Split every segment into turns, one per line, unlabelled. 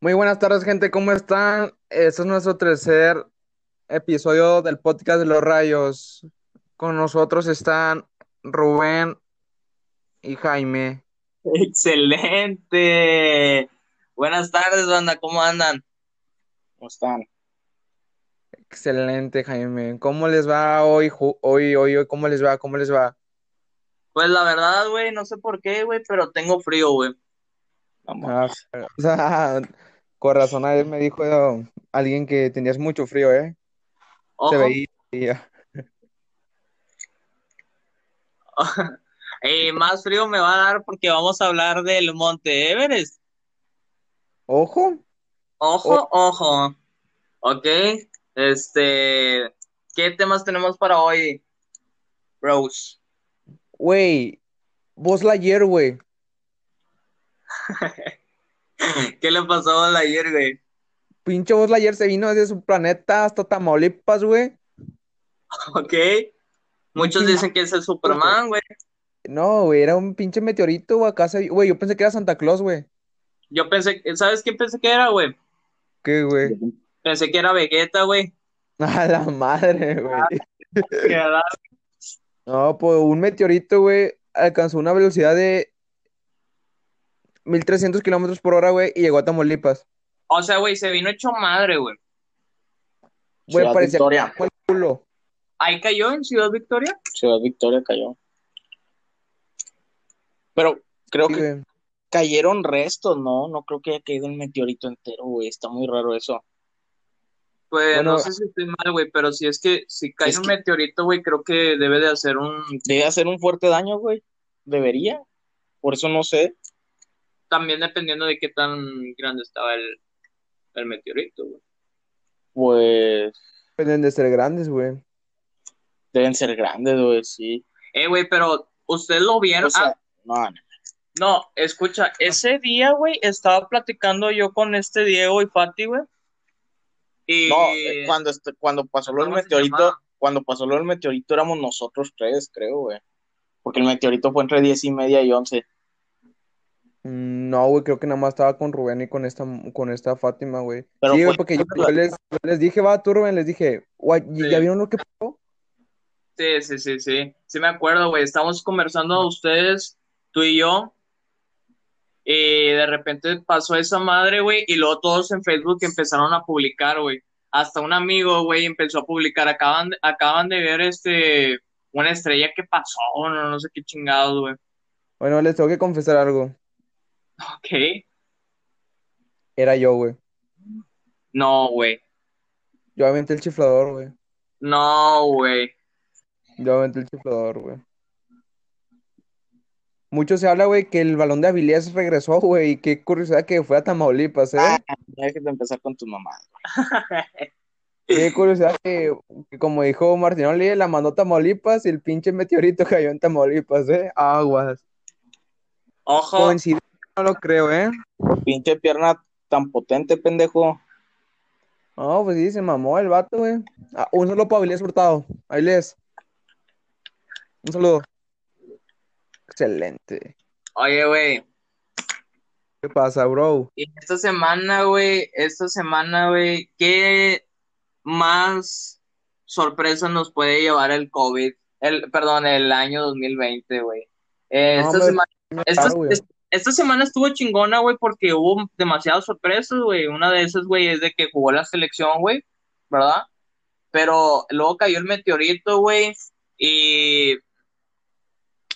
Muy buenas tardes, gente. ¿Cómo están? Este es nuestro tercer episodio del podcast de los rayos. Con nosotros están Rubén y Jaime.
Excelente. Buenas tardes, banda. ¿Cómo andan?
¿Cómo están?
Excelente, Jaime. ¿Cómo les va hoy, ju- hoy, hoy, hoy? ¿Cómo les va? ¿Cómo les va?
Pues la verdad, güey, no sé por qué, güey, pero tengo frío, güey.
Vamos.
Ah, o sea, con razón, ayer me dijo alguien que tenías mucho frío, ¿eh?
Ojo.
Se veía. y yo,
Eh, más frío me va a dar porque vamos a hablar del Monte Everest.
Ojo.
Ojo,
Oh.
ojo. Ok. Este, ¿qué temas tenemos para hoy, bros?
Güey, vos la ayer, güey.
¿Qué le pasó ayer, güey?
Pinche vos la ayer se vino desde su planeta hasta Tamaulipas, güey.
Ok. Muchos dicen que es el Superman, güey.
No, güey, era un pinche meteorito, güey. Acá se... Güey, yo pensé que era Santa Claus, güey.
Yo pensé, ¿sabes qué pensé que era, güey?
¿Qué, güey?
Pensé que era Vegeta, güey.
A la
Ah.
madre, güey.
Que era-
No, pues un meteorito, güey, alcanzó una velocidad de 1300 kilómetros por hora, güey, y llegó a Tamaulipas.
O sea, güey, se vino hecho madre, güey.
Güey,
Ciudad
parecía
Victoria.
como el culo.
Ahí cayó en Ciudad Victoria.
Ciudad Victoria cayó. Pero creo
Sí,
que
güey.
cayeron restos, ¿no? No creo que haya caído un meteorito entero, güey. Está muy raro eso.
Pues
Bueno.
no sé si estoy mal, güey, pero si es que si cae
Es
un
que-
meteorito, güey, creo que debe de hacer un...
Debe hacer un fuerte daño, güey. Debería. Por eso no sé.
También dependiendo de qué tan grande estaba el, el meteorito, güey.
Pues
Deben de ser grandes, güey.
deben ser grandes, güey, sí.
Eh, güey, pero ustedes lo vieron.
O sea,
Ah,
no, no.
no, escucha, ese día, güey, estaba platicando yo con este Diego y Fati, güey. Y...
No, eh, cuando, este- cuando pasó lo del
¿Cómo se
meteorito,
llamaba?
cuando pasó lo del meteorito éramos nosotros tres, creo, güey. Porque el meteorito fue entre diez y media y once.
Mm, No, güey, creo que nada más estaba con Rubén y con esta, con esta Fátima, güey.
Pero
Sí,
fue-
güey, porque yo, yo les, yo les dije, va, tú, Rubén, les dije, "Guay, ¿y-
Sí.
¿ya vieron lo que pasó?
Sí, sí, sí, sí. Sí me acuerdo, güey. Estamos conversando ustedes, tú y yo. Y de repente pasó esa madre, güey. Y luego todos en Facebook empezaron a publicar, güey. Hasta un amigo, güey, empezó a publicar. Acaban, acaban de ver este una estrella que pasó, no, no sé qué chingados, güey.
Bueno, les tengo que confesar algo.
Ok.
Era yo, güey.
No, güey.
Yo aventé el chiflador, güey.
No, güey.
Yo aventé el chiflador, güey. Mucho se habla, güey, que el balón de Avilés regresó, güey. Y qué curiosidad que fue a Tamaulipas, ¿eh?
Ah, Dejes de empezar con tu mamá.
Qué curiosidad que, que como dijo Martinoli, la mandó a Tamaulipas y el pinche meteorito cayó en Tamaulipas, ¿eh? Aguas.
Ojo.
Coincidencia, no lo creo, ¿eh?
Pinche pierna tan potente, pendejo.
No, pues sí, se mamó el vato, güey. Ah, un saludo para Avilés Hurtado. Avilés. Un saludo. Excelente.
Oye, güey.
¿Qué pasa, bro?
Y esta semana, güey, esta semana, güey, ¿qué más sorpresa nos puede llevar el COVID? El, perdón, el año 2020, güey. Eh,
No,
esta,
hombre,
semana, esta-
claro, güey.
esta semana estuvo chingona, güey, porque hubo demasiadas sorpresas, güey. Una de esas, güey, es de que jugó la selección, güey, ¿verdad? Pero luego cayó el meteorito, güey, y,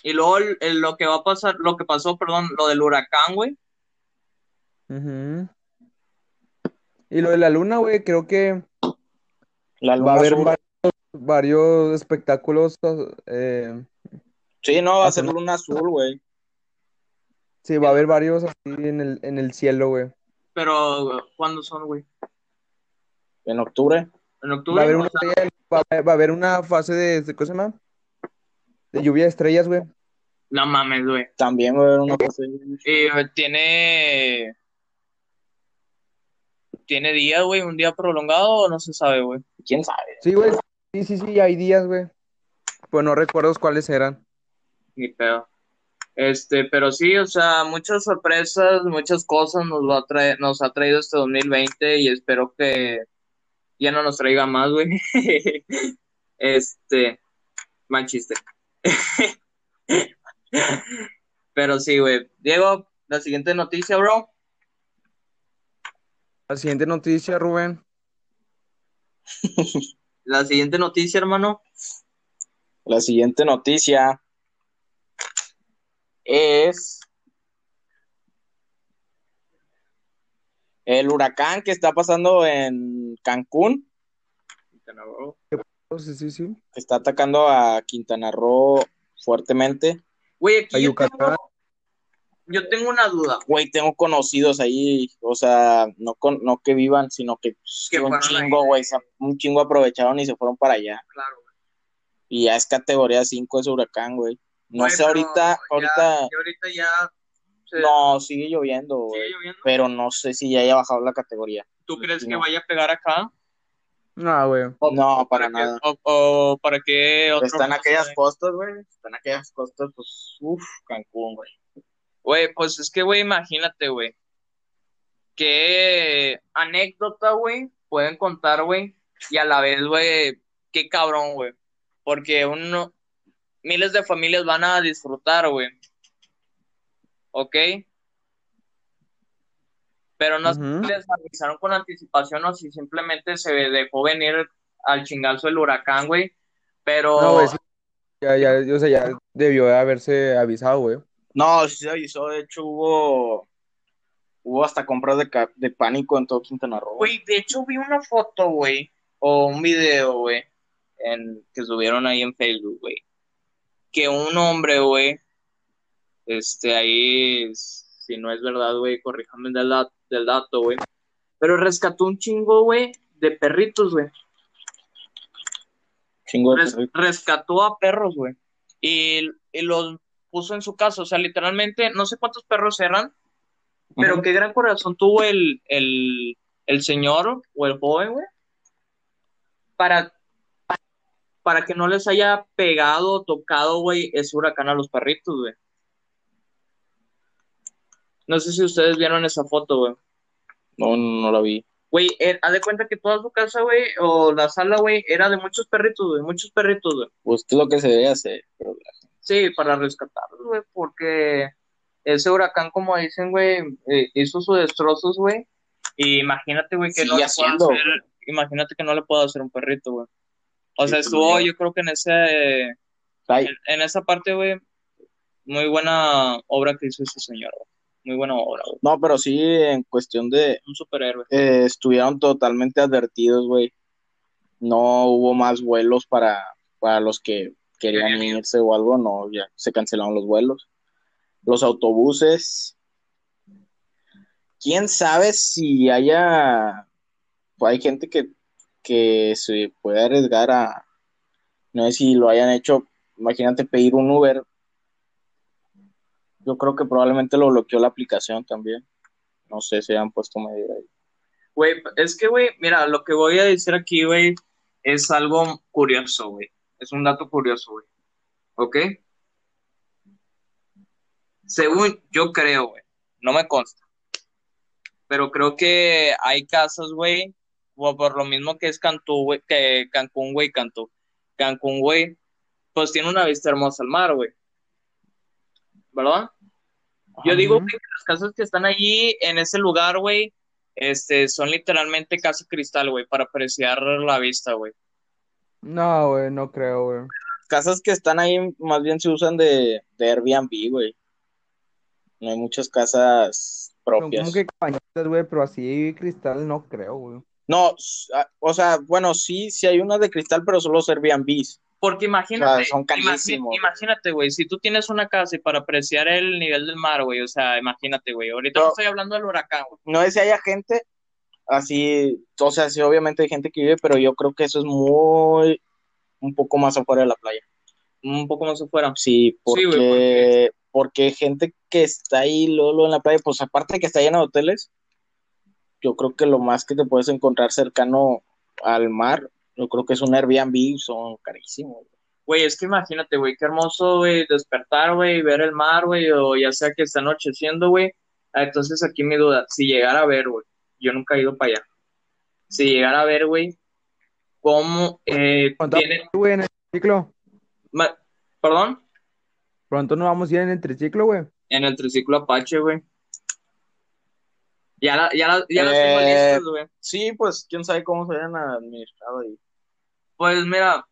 y luego el- el- lo que va a pasar, lo que pasó, perdón, lo del huracán, güey.
Ujú. Y lo de la luna, güey, creo que...
La
Va
luna
a haber
azul.
varios, varios espectáculos. eh,
Sí, no, va a ser
Azul.
luna azul, güey.
sí, va a haber varios así en el, en el cielo, güey.
Pero, ¿cuándo son, güey?
En octubre.
En
Va a
octubre,
haber
o
una,
sea,
va a va a haber una fase de, de- ¿cómo se llama? De lluvia de estrellas, güey.
no mames, güey.
También va a haber una fase.
Y güey, tiene. Tiene día, güey, un día prolongado o no se sabe, güey.
¿Quién sabe?
Sí, güey. Sí, sí, sí, hay días, güey. Pues no recuerdo cuáles eran.
Ni pedo. Este, pero sí, o sea, muchas sorpresas, muchas cosas nos va a traer, nos ha traído este 2020 y espero que ya no nos traiga más, güey. Este, mal chiste. Pero sí, güey. Diego, la siguiente noticia, bro.
La siguiente noticia, Rubén.
La siguiente noticia, hermano.
La siguiente noticia es el huracán que está pasando en Cancún,
Quintana Roo.
Oh, sí, sí, sí.
que está atacando a Quintana Roo fuertemente.
Güey,
A
aquí yo
Yucatán.
tengo, yo tengo una duda.
Güey, tengo conocidos ahí, o sea, no, con, no que vivan, sino que,
Que
un
fueron
chingo,
ahí.
güey, se- un chingo aprovecharon y se fueron para allá.
Claro, güey.
Y ya es categoría 5 ese huracán, güey. No
Güey,
sé,
pero
ahorita,
ya-
ahorita,
ya ahorita ya se-
no, sigue lloviendo, güey.
sigue lloviendo.
Pero no sé si ya haya bajado la categoría.
¿Tú crees que
No.
vaya a pegar acá?
No, Ah, güey.
No, para
qué-
nada.
o, o para qué Oh, otro
Están
caso,
aquellas
güey?
costas, güey. Están aquellas costas, pues, uff, Cancún, güey.
Güey, pues es que, güey, imagínate, güey. Qué anécdota, güey, pueden contar, güey. Y a la vez, güey, qué cabrón, güey. Porque uno, miles de familias van a disfrutar, güey. ¿Ok? Pero no sé
Ujú.
si les avisaron con anticipación o si simplemente se dejó venir al chingazo el huracán, güey. Pero
No, güey. sí. Ya, ya, o sea, ya debió de haberse avisado, güey.
No, sí se avisó, de hecho hubo, hubo hasta compras de, ca- de pánico en todo Quintana Roo.
Güey, de hecho vi una foto, güey, o un video, güey, en, que subieron ahí en Facebook, güey, que un hombre, güey, este, ahí, si no es verdad, güey, corríjame del, dat- del dato, güey, pero rescató un chingo, güey, de perritos, güey,
Chingo de
Res-
perrito.
rescató a perros, güey, y, y los puso en su casa, o sea, literalmente, no sé cuántos perros eran, pero
Ujú.
qué gran corazón tuvo el, el, el señor o el joven, güey, para, para que no les haya pegado o tocado, güey, ese huracán a los perritos, güey. No sé si ustedes vieron esa foto, güey.
No, no, no la vi.
Güey, eh, haz de cuenta que toda su casa, güey, o la sala, güey, era de muchos perritos, güey, muchos perritos, güey.
Pues es lo que se debe hacer. pero-
Sí, para rescatarlos, güey, porque ese huracán, como dicen, güey, eh, hizo sus destrozos, güey. Y imagínate, güey, que
Sigue
no le pueda
haciendo,
hacer-
güey.
imagínate que no le puedo hacer un perrito, güey. O sea,
Sí, te lo
estuvo,
digo.
yo creo que en ese, en,
Ay,
en esa parte, güey, muy buena obra que hizo ese señor, güey. Muy buena obra, güey.
no, pero sí, en cuestión de,
Un superhéroe.
eh, estuvieron totalmente advertidos, güey. No hubo más vuelos para, para los que querían
Querían ir.
irse o algo, no, ya se cancelaron los vuelos. Los autobuses. ¿Quién sabe si haya... pues, hay gente que, que se puede arriesgar a... No sé si lo hayan hecho. Imagínate pedir un Uber. Yo creo que probablemente lo bloqueó la aplicación también. No sé si han puesto medida ahí.
Güey, es que, güey, mira, lo que voy a decir aquí, güey, es algo curioso, güey. Es un dato curioso, güey. ¿Ok? Según yo creo, güey, no me consta. Pero creo que hay casos, güey, o por lo mismo que es Cantú, güey, que Cancún, güey, Cantú. Cancún, güey, pues tiene una vista hermosa al mar, güey. ¿Verdad? Yo digo,
Ujú.
güey, que las casas que están allí en ese lugar, güey, este, son literalmente casi cristal, güey, para apreciar la vista, güey.
No, güey, no creo, güey.
casas que están ahí más bien se usan de, de Airbnb, güey. No hay muchas casas
Son
propias.
como que cabañitas, güey, pero así cristal no creo, güey.
No, s- ah, o sea, bueno, sí, sí hay unas de cristal, pero solo son Airbnbs.
Porque imagínate,
O sea, son
imagi-
carísimos.
imagínate, güey, si tú tienes una casa y para apreciar el nivel del mar, güey, o sea, imagínate, güey, ahorita
No.
no, estoy hablando del huracán, güey.
No sé si haya gente así, o sea, sí, obviamente hay gente que vive, pero yo creo que eso es muy, un poco más afuera de la playa.
un poco más afuera.
Sí, porque,
Sí, güey,
porque... gente que está ahí luego, luego en la playa, pues aparte de que está llena de hoteles, yo creo que lo más que te puedes encontrar cercano al mar, yo creo que es un Airbnb, son carísimos. güey.
Güey, es que imagínate, güey, qué hermoso, güey, despertar, güey, ver el mar, güey, o ya sea que está anocheciendo, güey. Ah, Entonces aquí mi duda, si llegara a ver, güey, yo nunca he ido para allá. Si llegara a ver, güey, cómo eh,
Pronto,
tiene,
güey, en el triciclo.
ma- perdón,
Pronto nos vamos a ir en el triciclo, güey.
en el triciclo Apache, güey. Ya, la- ya, la- ya las tengo
Eh,
listas, güey.
Sí, pues quién sabe cómo se hayan administrado ahí.
Pues mira,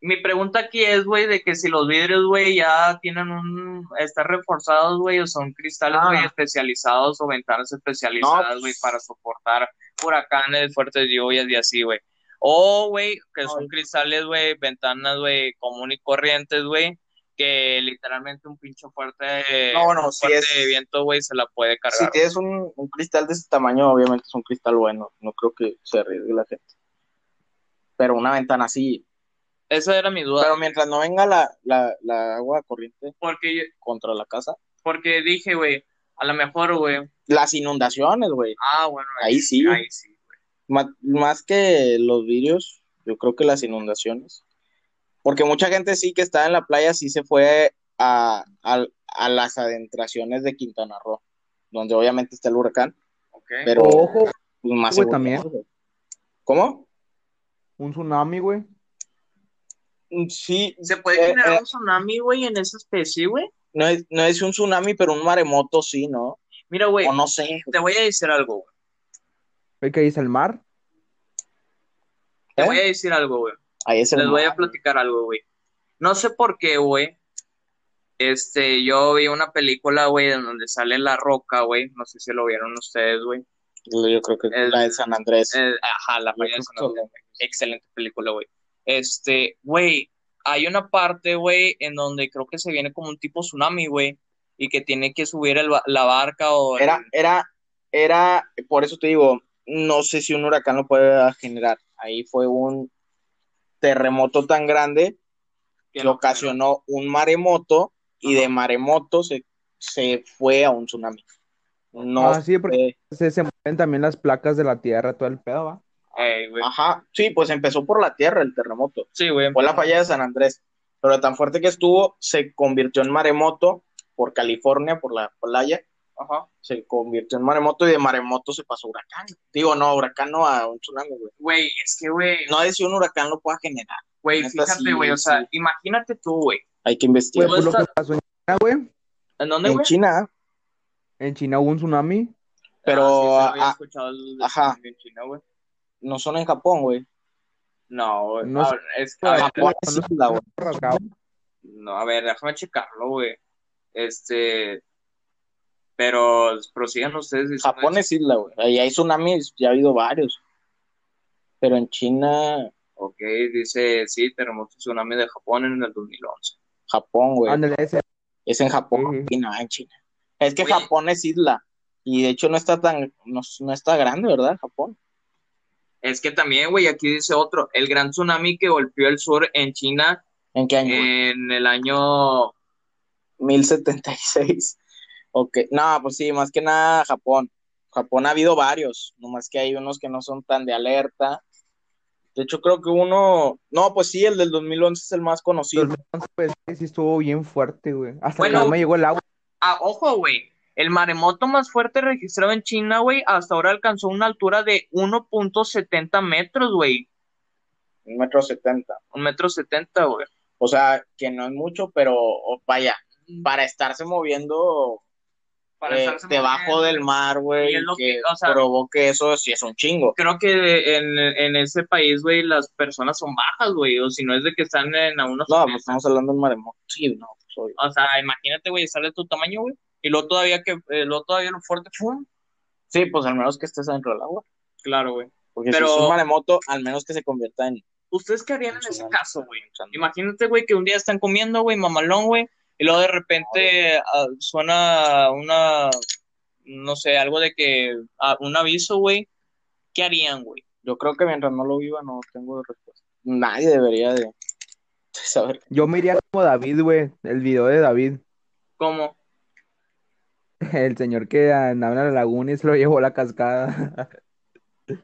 mi pregunta aquí es, güey, de que si los vidrios, güey, ya tienen un, están reforzados, güey, o son cristales,
Ah.
güey, especializados o ventanas especializadas,
No,
güey,
pues.
para soportar huracanes, fuertes lluvias y así, güey. O, güey, que son
Ay.
cristales, güey, ventanas, güey, común y corrientes, güey, que literalmente un pinche fuerte,
No, bueno,
un
sí
fuerte
es-
viento, güey, se la puede
Si
cargar.
tienes un, un cristal de ese tamaño, obviamente es un cristal bueno. No creo que se arriesgue la gente. Pero una ventana sí.
Esa era mi duda,
Pero mientras no venga la, la, la agua corriente
porque, yo-
contra la casa,
porque dije, güey, a lo mejor, güey,
las inundaciones, güey.
ah, bueno,
Ahí sí.
ahí sí.
Más, más que los vidrios, yo creo que las inundaciones. Porque mucha gente sí que estaba en la playa, sí se fue a, a- a las adentraciones de Quintana Roo, donde obviamente está el huracán,
Okay.
pero
Ojo,
pues, más
Oh, güey,
seguro.
también.
¿Cómo?
un tsunami, güey.
Mm, Sí,
¿Se puede
Eh,
generar
eh.
un tsunami, güey, en esa especie, güey?
no es, no es un tsunami, pero un maremoto sí, ¿no?
Mira, güey,
O no sé.
te voy a decir algo, güey.
Güey, que dice el mar.
Te
¿Eh?
voy a decir algo, güey.
Ahí es el
Les voy a
mar.
platicar algo, güey. No sé por qué, güey. Este, yo vi una película, güey, en donde sale La Roca, güey. No sé si lo vieron ustedes, güey.
Yo creo que
El-
la de San Andrés.
Eh, ajá, La
Yo
Playa
creo
de
que
San Andrés. Excelente película, güey. Este, güey, hay una parte, güey, en donde creo que se viene como un tipo tsunami, güey. Y que tiene que subir el ba- la barca o... el-
Era, era, era, por eso te digo, no sé si un huracán lo puede generar. Ahí fue un terremoto tan grande que
lo-
ocasionó un maremoto y de maremoto se, se fue a un tsunami. No,
Ah, sí, porque
fue-
se, se mueven también las placas de la tierra, todo el pedo, va.
Ey, güey.
ajá, sí, pues empezó por la tierra el terremoto.
Sí, güey.
Fue la falla de San Andrés, pero tan fuerte que estuvo, se convirtió en maremoto por California, por la playa,
Ajá.
se convirtió en maremoto y de maremoto se pasó a huracán. Digo, no, huracán no a un tsunami, güey.
Güey, es que, güey,
No es si un huracán lo pueda generar.
güey,
neta,
fíjate,
sí,
güey, o
sí.
sea, imagínate tú, güey.
Hay que
Güey,
investigar.
pues
Pues,
lo
está-
que pasó en China, güey.
¿En dónde,
en
güey?
China,
En China hubo un tsunami.
pero,
Ah, sí, sí, había
ah,
escuchado el-
ajá.
en China, güey.
no son en Japón, güey.
No, güey,
No
a
sé.
ver, es que, a ver,
Japón es
no,
isla, güey.
rasgado.
no, a ver, déjame checarlo, güey. Este, pero prosigan ustedes. diciendo-
Japón es isla, güey. Ahí hay tsunamis, ya ha habido varios. Pero en China,
Ok, dice, sí, terremoto y tsunami de Japón en el 2011.
Japón, güey.
Ándale, ese.
Es en Japón
Ujú.
y no en China. Es que
Oye.
Japón es isla. Y de hecho no está tan, no, no está grande, ¿verdad? Japón.
Es que también, güey, aquí dice otro, el gran tsunami que golpeó el sur en China
¿En qué año?
en el año
1076. Ok, no, pues sí, más que nada Japón. Japón ha habido varios, nomás que hay unos que no son tan de alerta. De hecho, creo que uno, no, pues sí, el del 2011 es el más conocido.
2011, pues sí, sí estuvo bien fuerte, güey. Hasta
Bueno.
que no me llegó el agua.
Ah, ojo, güey. El maremoto más fuerte registrado en China, güey, hasta ahora alcanzó una altura de 1.70 metros, güey.
Un metro setenta.
Un metro setenta, güey.
O sea, que no es mucho, pero oh, vaya, para estarse moviendo
Para
eh,
estarse
debajo
moviendo.
del mar, güey,
Y es lo
que,
que- o sea-
provoque eso, sí es un chingo.
Creo que en, en ese país, güey, las personas son bajas, güey. O si no es de que están en a unos...
No, pues estamos hablando de un maremoto. Sí, no, pues, obvio.
O sea, imagínate, güey, estar de tu tamaño, güey. Y luego todavía que... eh, luego todavía lo fuerte, ¡fum!
Sí, pues al menos que estés dentro del agua.
Claro, güey.
Porque
Pero-
si es un maremoto, al menos que se convierta en
¿Ustedes qué harían en
Un
ese
tsunami.
caso, güey? Imagínate, güey, que un día están comiendo, güey, mamalón, güey, y luego de repente ah, suena una, no sé, algo de que, ah, un aviso, güey. ¿Qué harían, güey?
Yo creo que mientras no lo viva no tengo respuesta. Nadie debería de de saber.
Yo me iría como David, güey. El video de David.
¿Cómo?
El señor que andaba en la laguna y se lo llevó la cascada.
e,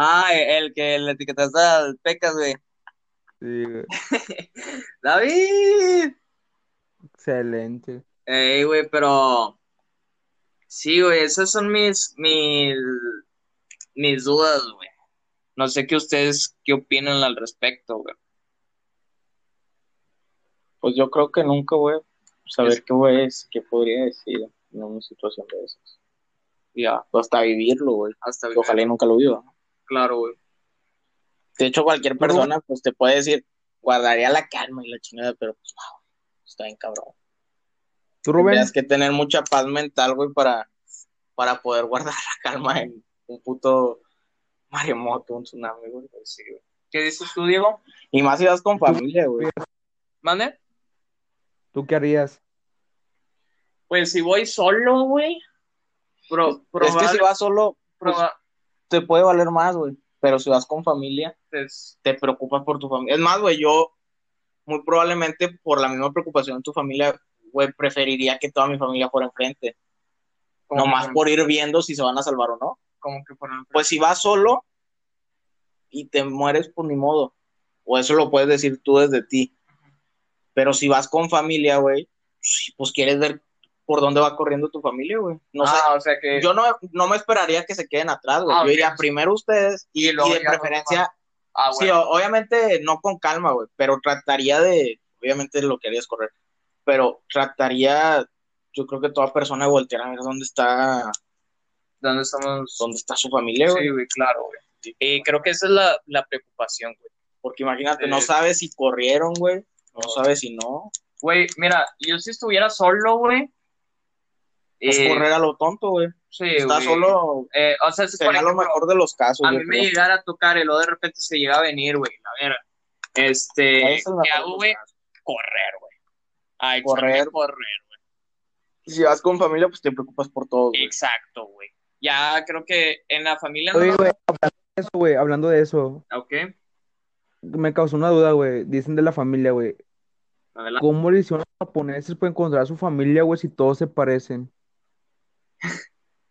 Ah, el que le etiquetaste al Pecas, güey.
Sí, güey.
David.
Excelente.
Ey, güey, pero. Sí, güey, esas son mis, mis, mis dudas, güey. No sé qué ustedes, qué opinan al respecto, güey.
Pues yo creo que nunca voy a
Es-
saber qué voy a decir, qué podría decir en una situación de esas.
Ya,
O hasta vivirlo, güey.
hasta
Ojalá y nunca lo viva.
Claro, güey.
De hecho, cualquier persona, pues te puede decir, guardaría la calma y la chingada, pero pues no, está bien cabrón. Pues
¿Tú, Rubén?
Tienes que tener mucha paz mental, güey, para, para poder guardar la calma en un puto maremoto, un tsunami, güey.
Sí, güey. ¿Qué dices tú, Diego?
Y más si vas con familia, güey.
¿Mande?
¿Tú qué harías?
Pues si voy solo, güey. Pro,
es que si
probable-
vas solo, pues,
proba-
te puede valer más, güey. Pero si vas con familia,
pues,
te preocupas por tu familia. Es más, güey, yo muy probablemente por la misma preocupación de tu familia, güey, preferiría que toda mi familia fuera enfrente.
como
Nomás
que-
por ir viendo si se van a salvar o no.
como que por-
Pues si vas solo y te mueres, pues ni modo. O eso lo puedes decir tú desde ti. Pero si vas con familia, güey, sí, pues quieres ver por dónde va corriendo tu familia, güey. No sé.
Ah, o sea que
Yo no, no me esperaría que se queden atrás, güey.
Ah,
Yo
ok.
iría primero ustedes y,
Y luego
y de
ya los
preferencia
Ah,
Sí,
bueno.
o- obviamente no con calma, güey, pero trataría de, obviamente lo que haría es correr, pero trataría, yo creo que toda persona de voltear a ver dónde está,
¿Dónde estamos?
dónde está su familia, güey.
Sí, güey, claro, güey. Y creo que esa es la, la preocupación, güey.
Porque imagínate,
Sí.
no sabes si corrieron, güey, no sabes si no.
Güey, mira, yo si estuviera solo, güey.
Pues
eh,
correr a lo tonto, güey.
sí,
Está
güey.
solo,
Eh, o sea, si por
sería lo
ejemplo,
mejor de los casos,
a
yo
mí me
creo.
llegara a tocar y luego de repente se llega a venir, güey, la verga.
Ese
Este,
es el mejor
¿qué
de
hago,
los
güey?
casos.
Correr, güey. Ay, correr,
Correr.
correr.
Si vas con familia, pues te preocupas por todo, güey.
Exacto, güey. Ya creo que en la familia
Oye,
no.
güey, hablando de eso, güey, hablando de eso,
Ok,
me causó una duda, güey. Dicen de la familia, güey.
adelante.
¿Cómo le hicieron los japoneses para encontrar a su familia, güey, si todos se parecen?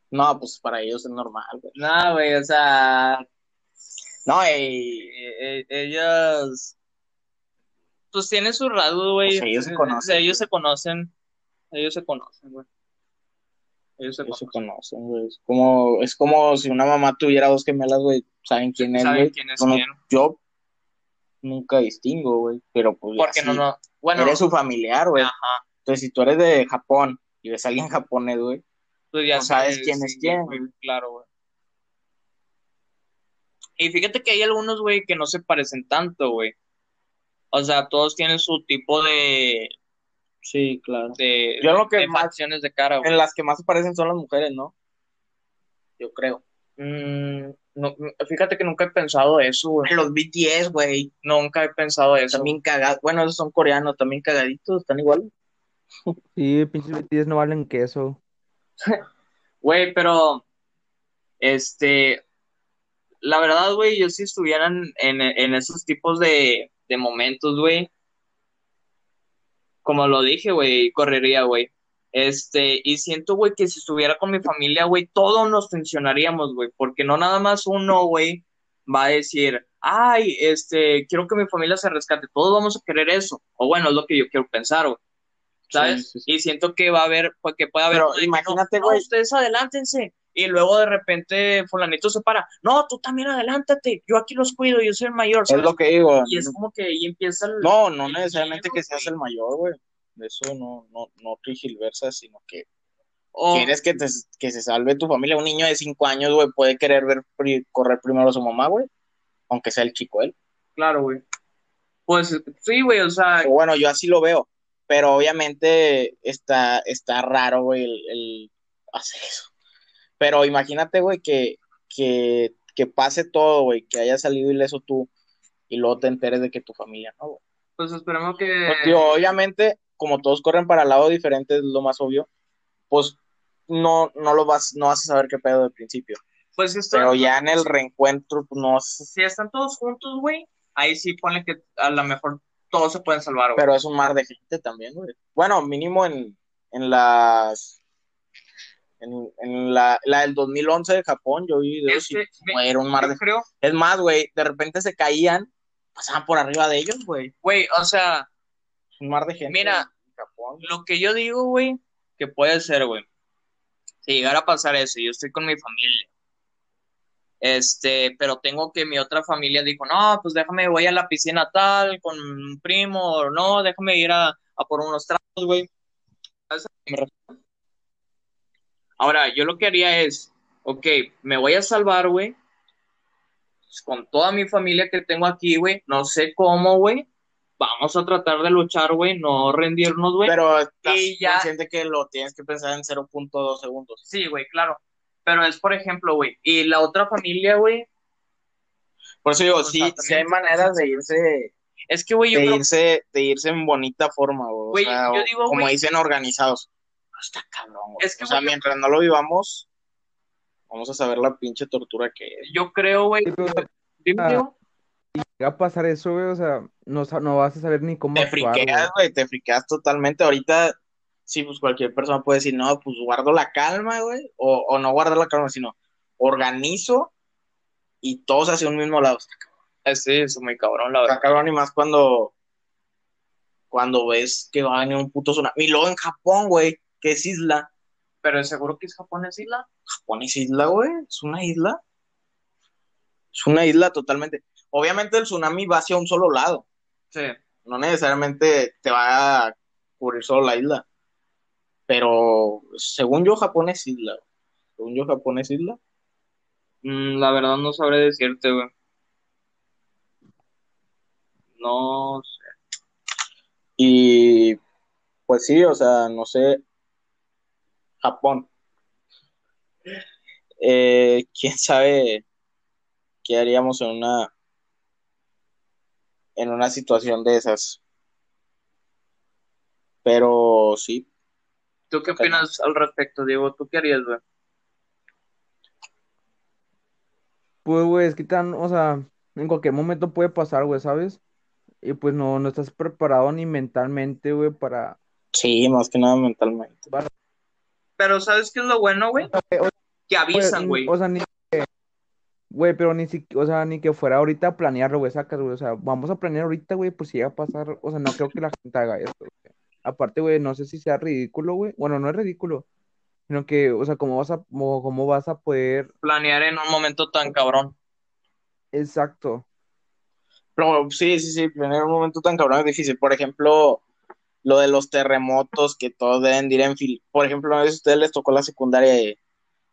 No, pues para ellos es normal, güey.
No, güey, o sea,
No, ey,
eh, eh, ellos pues tienen su rasgo, güey.
Pues ellos se
Eh,
conocen,
eh, ellos
güey.
se conocen. Ellos se conocen, güey. Ellos se
Ellos se
conocen.
conocen, güey. Es como, es como si una mamá tuviera dos gemelas, güey. Saben quién es,
Saben
güey.
quién es
Bueno,
quién.
Yo nunca distingo, güey. Pero pues.
Porque
así,
no, no. Bueno,
Eres su familiar, güey.
ajá.
Entonces, si tú eres de Japón y ves a alguien japonés, güey,
Pues ya
No sabes quién es quién,
güey,
güey.
Claro, güey. Y fíjate que hay algunos, güey, que no se parecen tanto, güey. O sea, todos tienen su tipo de,
sí, claro.
de,
Yo lo que
de
más-
facciones de cara, güey.
En las que más se parecen son las mujeres, ¿no? Yo creo.
Mm, no, fíjate que nunca he pensado eso, güey.
Los BTS, güey,
Nunca he pensado eso.
también cagados. Bueno, esos son coreanos, también cagaditos, están igual.
Sí, pinches BTS no valen queso.
Güey, pero, este, la verdad, güey, yo si estuvieran en, en esos tipos de, de momentos, güey, como lo dije, güey, correría, güey. Este, y siento, güey, que si estuviera con mi familia, güey, todos nos tensionaríamos, güey, porque no nada más uno, güey, va a decir, ay, este, quiero que mi familia se rescate, todos vamos a querer eso, o bueno, es lo que yo quiero pensar, güey. ¿sabes?
Sí, sí,
Y siento que va a haber, pues, que puede haber.
Pero
como de que,
imagínate,
no,
güey.
no, ustedes adelántense. Y luego de repente fulanito se para. No, tú también adelántate. Yo aquí los cuido, yo soy el mayor.
Es
¿sabes?
lo que digo.
Y es como que ahí empieza el...
No, no
el
necesariamente que seas
güey.
el mayor, güey. De eso no, no, no tergiversas, sino que
O-
quieres que, te, que se salve tu familia. Un niño de cinco años, güey, puede querer ver pri- correr primero a su mamá, güey. Aunque sea el chico él.
Claro, güey. Pues sí, güey, o sea,
O bueno, yo así lo veo. Pero obviamente está, está raro, güey, el, el hacer eso. Pero imagínate, güey, que, que, que pase todo, güey, que haya salido ileso tú y luego te enteres de que tu familia no, güey.
pues esperemos que...
Pues, digo, obviamente, como todos corren para lados diferentes, es lo más obvio, pues no, no lo vas, no vas a saber qué pedo de principio.
Pues esto...
Pero ya en el reencuentro, pues, no es-
Si están todos juntos, güey, ahí sí pone que a lo mejor todos se pueden salvar, güey.
pero es un mar de gente también, güey. Bueno, mínimo en, en las en, en la, la del 2011 de Japón, yo vi videos
Este,
y, güey, era un mar de
yo creo,
Es más, güey, de repente se caían pasaban por arriba de ellos, güey.
Güey, o sea,
Un mar de gente.
Mira.
en Japón.
lo que yo digo, güey, que puede ser, güey. Si llegara a pasar eso, yo estoy con mi familia. Este, pero tengo que mi otra familia dijo, no, pues déjame, voy a la piscina tal, con un primo, o no, déjame ir a, a por unos tragos, güey. A eso me refiero. Ahora, yo lo que haría es, ok, me voy a salvar, güey. pues, Con toda mi familia que tengo aquí, güey. No sé cómo, güey. Vamos a tratar de luchar, güey. No rendirnos, güey.
Pero estás
Y ya-
consciente que lo tienes que pensar en 0.2 segundos.
Sí, güey, claro. Pero es, por ejemplo, güey, y la otra familia, güey,
Por eso digo,
O
sí,
sea,
sí
también-
hay maneras de irse,
es que, güey, yo
de
creo
irse, de irse en bonita forma, güey.
Güey,
O sea,
yo
o-
digo,
como
güey-
dicen organizados. No está cabrón, güey.
Es que,
o sea,
güey, yo-
mientras no lo vivamos, vamos a saber la pinche tortura que es.
yo creo, güey,
Sí, pero, o sea,
dime,
Ah,
digo,
va a pasar eso, güey, o sea, no, sa- no vas a saber ni cómo
Te
actuar, güey.
friqueas, güey, te friqueas totalmente. Ahorita, sí, pues cualquier persona puede decir, no, pues guardo la calma, güey, o, o no guardo la calma, sino organizo y todos hacia un mismo lado.
eh, sí, es muy cabrón, la
Está
verdad.
cabrón y más cuando, cuando ves que va a venir un puto tsunami. Y luego en Japón, güey, que es isla.
Pero seguro que es japonés, Isla.
Japón es isla, güey, es una isla. Es una isla totalmente. Obviamente el tsunami va hacia un solo lado.
Sí.
no necesariamente te va a cubrir solo la isla. Pero según yo, Japón es isla. güey. Según yo, Japón es isla.
Mm, la verdad no sabré decirte, güey. No sé.
Y pues sí, o sea, no sé. Japón. Eh, quién sabe qué haríamos en una en una situación de esas. Pero sí,
¿Tú qué
Ok.
opinas al respecto, Diego? ¿Tú qué harías, güey?
Pues, güey, es que tan, o sea, en cualquier momento puede pasar, güey, ¿sabes? Y pues no, no estás preparado ni mentalmente, güey, para...
sí, más que nada mentalmente.
Pero ¿sabes qué es lo bueno, güey? Que avisan,
Güey,
güey.
Pues, O sea, ni... Güey, pero ni siquiera, o sea, ni que fuera ahorita a planearlo, güey, sacas, güey, o sea, vamos a planear ahorita, güey, por si llega a pasar, o sea, no creo que la gente haga esto, güey. Aparte, güey, no sé si sea ridículo, güey, bueno, no es ridículo, sino que, o sea, cómo vas a, cómo, cómo vas a poder,
Planear en un momento tan cabrón.
exacto,
Pero sí, sí, sí, tener un momento tan cabrón es difícil. Por ejemplo, lo de los terremotos que todos deben de ir en fil. Por ejemplo, a veces a ustedes les tocó la secundaria de,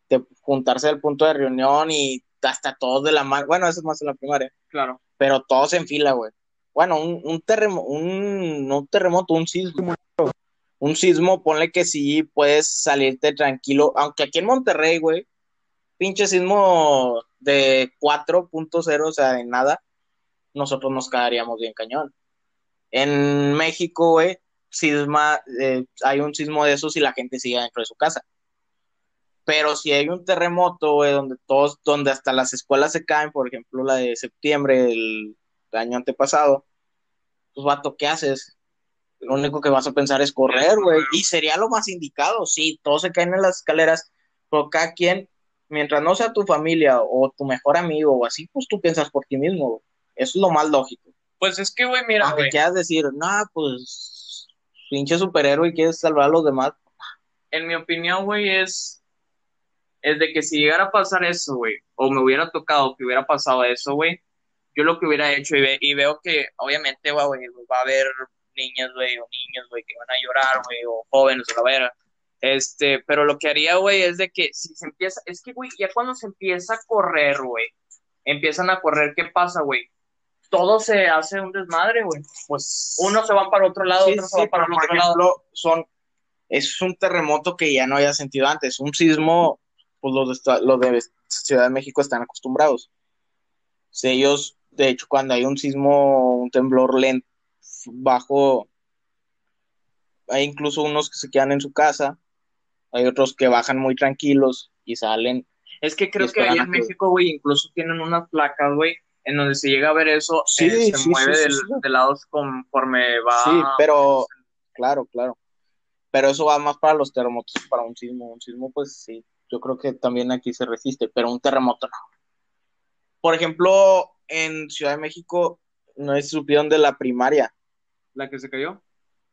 de juntarse al punto de reunión y hasta todos de la mano. Bueno, eso es más en la primaria,
Claro.
pero todos en fila, güey. Bueno, un, un terremoto, un, no un terremoto, un sismo. Un sismo, ponle que sí puedes salirte tranquilo, aunque aquí en Monterrey, güey, pinche sismo de 4.0, o sea, de nada nosotros nos quedaríamos bien cañón. En México, güey, sisma, eh, hay un sismo de esos y la gente sigue dentro de su casa. Pero si hay un terremoto, güey, donde todos, donde hasta las escuelas se caen, por ejemplo, la de septiembre del año antepasado, pues vato, ¿qué haces? Lo único que vas a pensar es correr, güey. Y sería lo más indicado, sí, todos se caen en las escaleras, pero cada quien, mientras no sea tu familia o tu mejor amigo o así, pues tú piensas por ti mismo, güey. Eso es lo más lógico.
Pues es que, güey,
Ah,
mira,
Aunque
güey.
Ah, quieras decir, no, pues, pinche superhéroe y quieres salvar a los demás.
en mi opinión, güey, es, es de que si llegara a pasar eso, güey, o me hubiera tocado que hubiera pasado eso, güey, yo lo que hubiera hecho y, ve- y veo que obviamente, güey, güey, va a haber niñas, güey, o niños, güey, que van a llorar, güey, o jóvenes, o la verga. Este, pero lo que haría, güey, es de que si se empieza, es que, güey, ya cuando se empieza a correr, güey, empiezan a correr, ¿qué pasa, güey? Todo se hace un desmadre, güey.
Pues,
Unos se van para otro lado,
sí,
otros
sí,
se van para el
pero,
otro
por
lado.
ejemplo, son, es un terremoto que ya no había sentido antes. Un sismo, pues los de, esta- los de Ciudad de México están acostumbrados. Si ellos, de hecho, cuando hay un sismo, un temblor lento, bajo, hay incluso unos que se quedan en su casa, hay otros que bajan muy tranquilos y salen.
Es que creo
Y
que ahí en
esperan a que-
México, güey, incluso tienen unas placas, güey, en donde si llega a ver eso,
Sí,
eh, se
sí,
mueve
sí, sí,
del,
sí.
de lados conforme va.
Sí, pero claro, claro. Pero eso va más para los terremotos, que para un sismo. Un sismo, pues sí, yo creo que también aquí se resiste, pero un terremoto no. Por ejemplo, en Ciudad de México, no supieron de la primaria,
la que se cayó.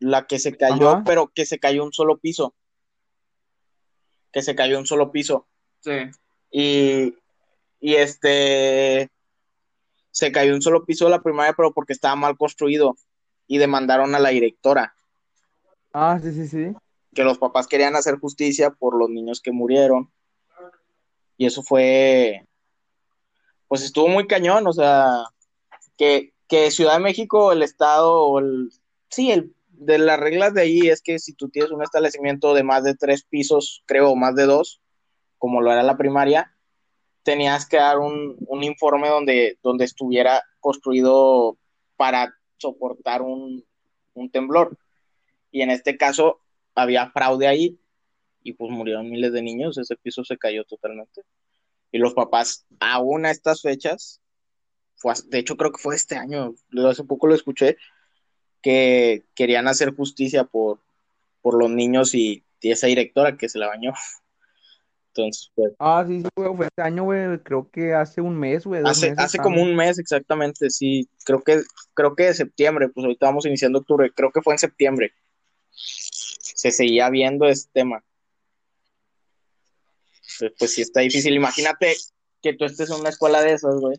la que se cayó,
Ajá.
pero que se cayó un solo piso. Que se cayó un solo piso.
Sí.
Y, y este se cayó un solo piso de la primaria, pero porque estaba mal construido. Y demandaron a la directora,
Ah, sí, sí, sí.
que los papás querían hacer justicia por los niños que murieron. Y eso fue, pues estuvo muy cañón, o sea, que, que Ciudad de México, el Estado, o el, sí, el, de las reglas de ahí es que si tú tienes un establecimiento de más de tres pisos, creo, o más de dos, como lo era la primaria, tenías que dar un, un informe donde, donde estuviera construido para soportar un, un temblor. Y en este caso había fraude ahí y pues murieron miles de niños, ese piso se cayó totalmente. Y los papás, aún a estas fechas, fue hace- de hecho creo que fue este año, lo- hace poco lo escuché, que querían hacer justicia por, por los niños y, y esa directora que se la bañó. Entonces, pues,
Ah, sí, sí, güey, fue este año, güey, creo que hace un mes, güey, dos
hace,
meses,
hace
algo.
como un mes exactamente, sí, creo que, creo que de septiembre, pues ahorita vamos iniciando octubre, creo que fue en septiembre. Se seguía viendo este tema. Entonces, pues sí está difícil. Imagínate que tú estés en una escuela de esas, güey.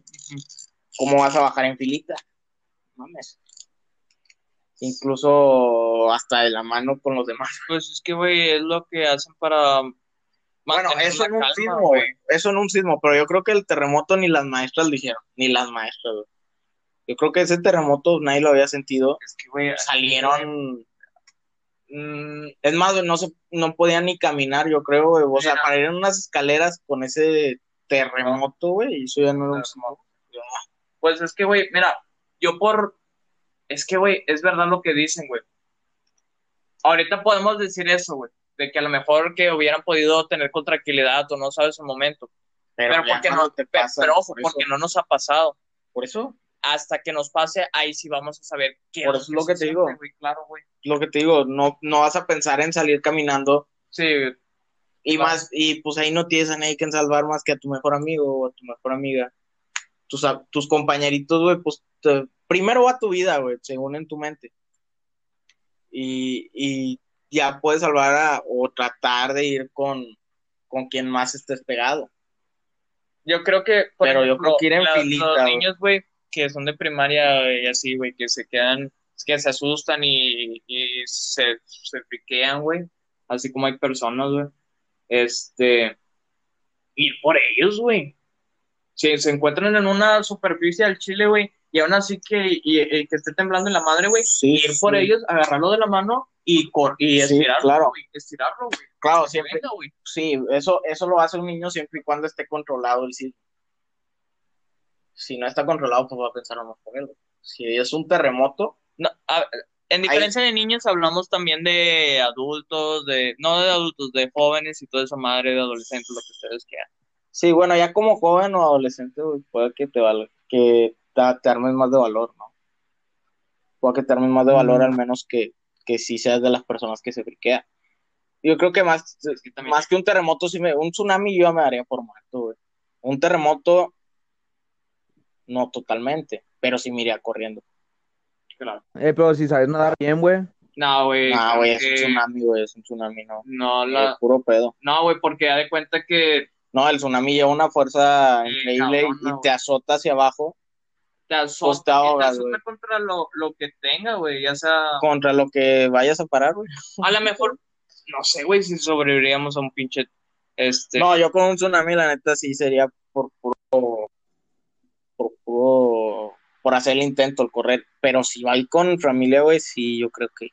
¿Cómo vas a bajar en filita? Mames. Incluso hasta de la mano con los demás.
Pues es que, güey, es lo que hacen para.
Bueno,
mantener
eso
la
en un
calma,
sismo, güey. Eso en un sismo, pero yo creo que el terremoto ni las maestras dijeron, ni las maestras, güey. Yo creo que ese terremoto nadie lo había sentido.
Es que, güey,
Salieron. mm, es más, güey, no, se, no podían ni caminar, yo creo, güey. O sea,
Mira.
para ir en unas escaleras con ese terremoto, güey, eso ya no era un sismo.
Pues es que, güey, mira, yo por. Es que, güey, es verdad lo que dicen, güey. Ahorita podemos decir eso, güey. De que a lo mejor que hubieran podido tener con tranquilidad o no sabes el momento. Pero,
ya
porque
cuando
no,
te
pe-
pasa,
pero ojo,
por eso-
porque no nos ha pasado.
por eso
Hasta que nos pase, ahí sí vamos a saber qué
Por eso es lo que
se
te digo.
siente, güey, claro, güey.
lo que te digo, no, no vas a pensar en salir caminando
Sí,
y
Claro.
más, y pues ahí no tienes a nadie que salvar más que a tu mejor amigo o a tu mejor amiga. Tus, a- tus compañeritos, güey, pues te- primero va tu vida, güey, según en tu mente. Y, y ya puedes salvar a, o tratar de ir con, con quien más estés pegado.
yo creo que. por
Pero yo creo que ir en
la-
filita,
Los
güey.
niños, güey, que son de primaria güey, y así, güey, que se quedan. Que se asustan y, y se, se piquean, güey. Así como hay personas, güey. Este. Ir por ellos, güey. Si se encuentran en una superficie al chile, güey. Y aún así que, y, y que esté temblando en la madre, güey.
Sí,
ir por
sí.
ellos, agarrarlo de la mano y, cor- y
Sí,
estirarlo,
claro.
güey, estirarlo, güey.
Claro, siempre,
Venga, güey.
Sí, eso, eso lo hace un niño siempre y cuando esté controlado el sismo. Si no está controlado, pues va a pensar nomás por él. güey. Si es un terremoto,
No, a- en diferencia de niños hablamos también de adultos, de no de adultos, de jóvenes y toda esa madre de adolescentes, lo que ustedes quieran.
sí, bueno, ya como joven o adolescente, güey, puede que te valga, que te, te armes más de valor, ¿no? Puede que te armes más de valor,
Mm.
al menos que, que sí seas de las personas que se friquean. Yo creo que más,
Es que también
más que un terremoto, sí me, un tsunami yo ya me daría por muerto, güey. Un terremoto, no totalmente, pero sí me iría corriendo.
claro.
Eh, pero si sabes nadar bien, güey.
No, güey.
No,
creo
güey, es un
que-
tsunami, güey, es un tsunami, no.
No,
Es
la,
puro pedo.
no, güey, porque da de cuenta que
No, el tsunami lleva una fuerza
Sí,
increíble
cabrón,
y
no,
te
güey.
azota hacia abajo
te
Pues te
azota,
ahogas,
te azota
güey.
contra lo, lo que tenga, güey. Ya sea,
contra lo que vayas a parar, güey.
a lo mejor, no sé, güey, si sobreviviríamos a un pinche, este,
No, yo con un tsunami, la neta, sí sería por puro, por puro, por hacer el intento, el correr. Pero si va ahí con familia, güey, sí, yo creo que.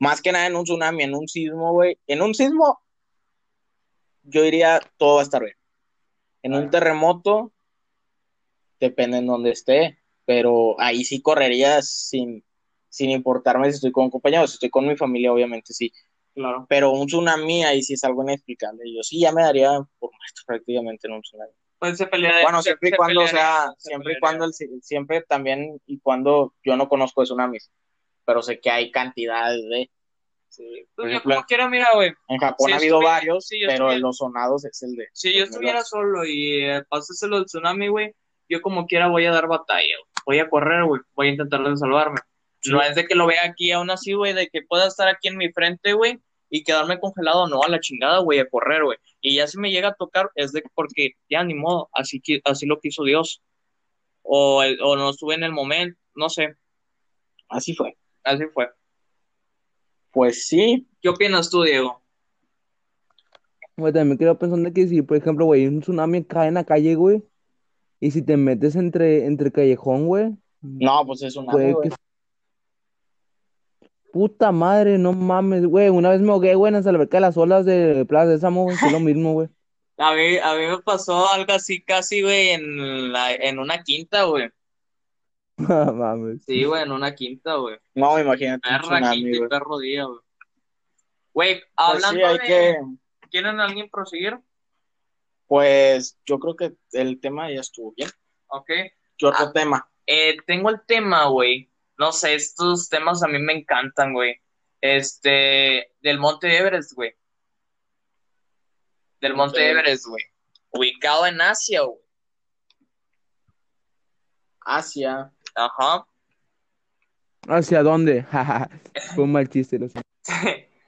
Más que nada en un tsunami, en un sismo, güey. En un sismo, yo diría todo va a estar bien. En un terremoto, depende en dónde esté, pero ahí sí correría sin, sin importarme si estoy con compañeros, si estoy con mi familia, obviamente sí.
claro.
Pero un tsunami ahí sí es algo inexplicable. Yo sí ya me daría por muerto prácticamente en un tsunami.
Pues se pelea
Bueno,
se-
siempre y
se
cuando
pelearían,
sea,
se
siempre y
pelearían.
cuando, el- siempre también y cuando yo no conozco de tsunamis, pero sé que hay cantidades de.
Sí,
Por
pues yo
ejemplo,
como quiera, mira, güey.
En Japón
Si
ha habido
estuviera-
varios,
si yo
pero
estuviera-
los sonados es el de.
Si yo estuviera solo y eh, pasáselo el tsunami, güey, yo como quiera voy a dar batalla, güey. voy a correr, güey, voy a intentar de salvarme. No es de que lo vea aquí aún así, güey, de que pueda estar aquí en mi frente, güey, y quedarme congelado, no, a la chingada, güey, a correr, güey. Y ya si me llega a tocar, es de porque ya ni modo, así, qui- así lo quiso Dios. O, el- o no estuve en el momento, no sé,
Así ah, fue.
así fue.
Pues sí,
¿Qué opinas tú, Diego?
Güey, también quedo pensando que si, por ejemplo, güey, un tsunami cae en la calle, güey, y si te metes entre, entre callejón, güey,
no, pues es una.
puede que... Puta madre, no mames, güey, una vez me ahogué, güey, en la alberca de las olas de Plaza de Samo, güey, fue lo mismo, güey.
A mí, a mí me pasó algo así casi, güey, en, la- en una quinta, güey.
No mames.
Sí, güey, en una quinta, güey.
No, imagínate un
Perra
tsunami,
quinta y
güey.
perro día, güey. Güey,
Pues
hablando
sí, hay
de...
que.
¿Quieren alguien proseguir?
Pues yo creo que el tema ya estuvo bien.
Ok.
¿Qué otro tema?
Eh, tengo el tema, güey. No sé, estos temas a mí me encantan, güey. Este, del Monte Everest, güey. Del Monte
Ok.
Everest, güey. Ubicado en Asia, güey.
Asia.
Ajá.
¿Hacia dónde? Jaja, Fue un mal chiste, lo siento.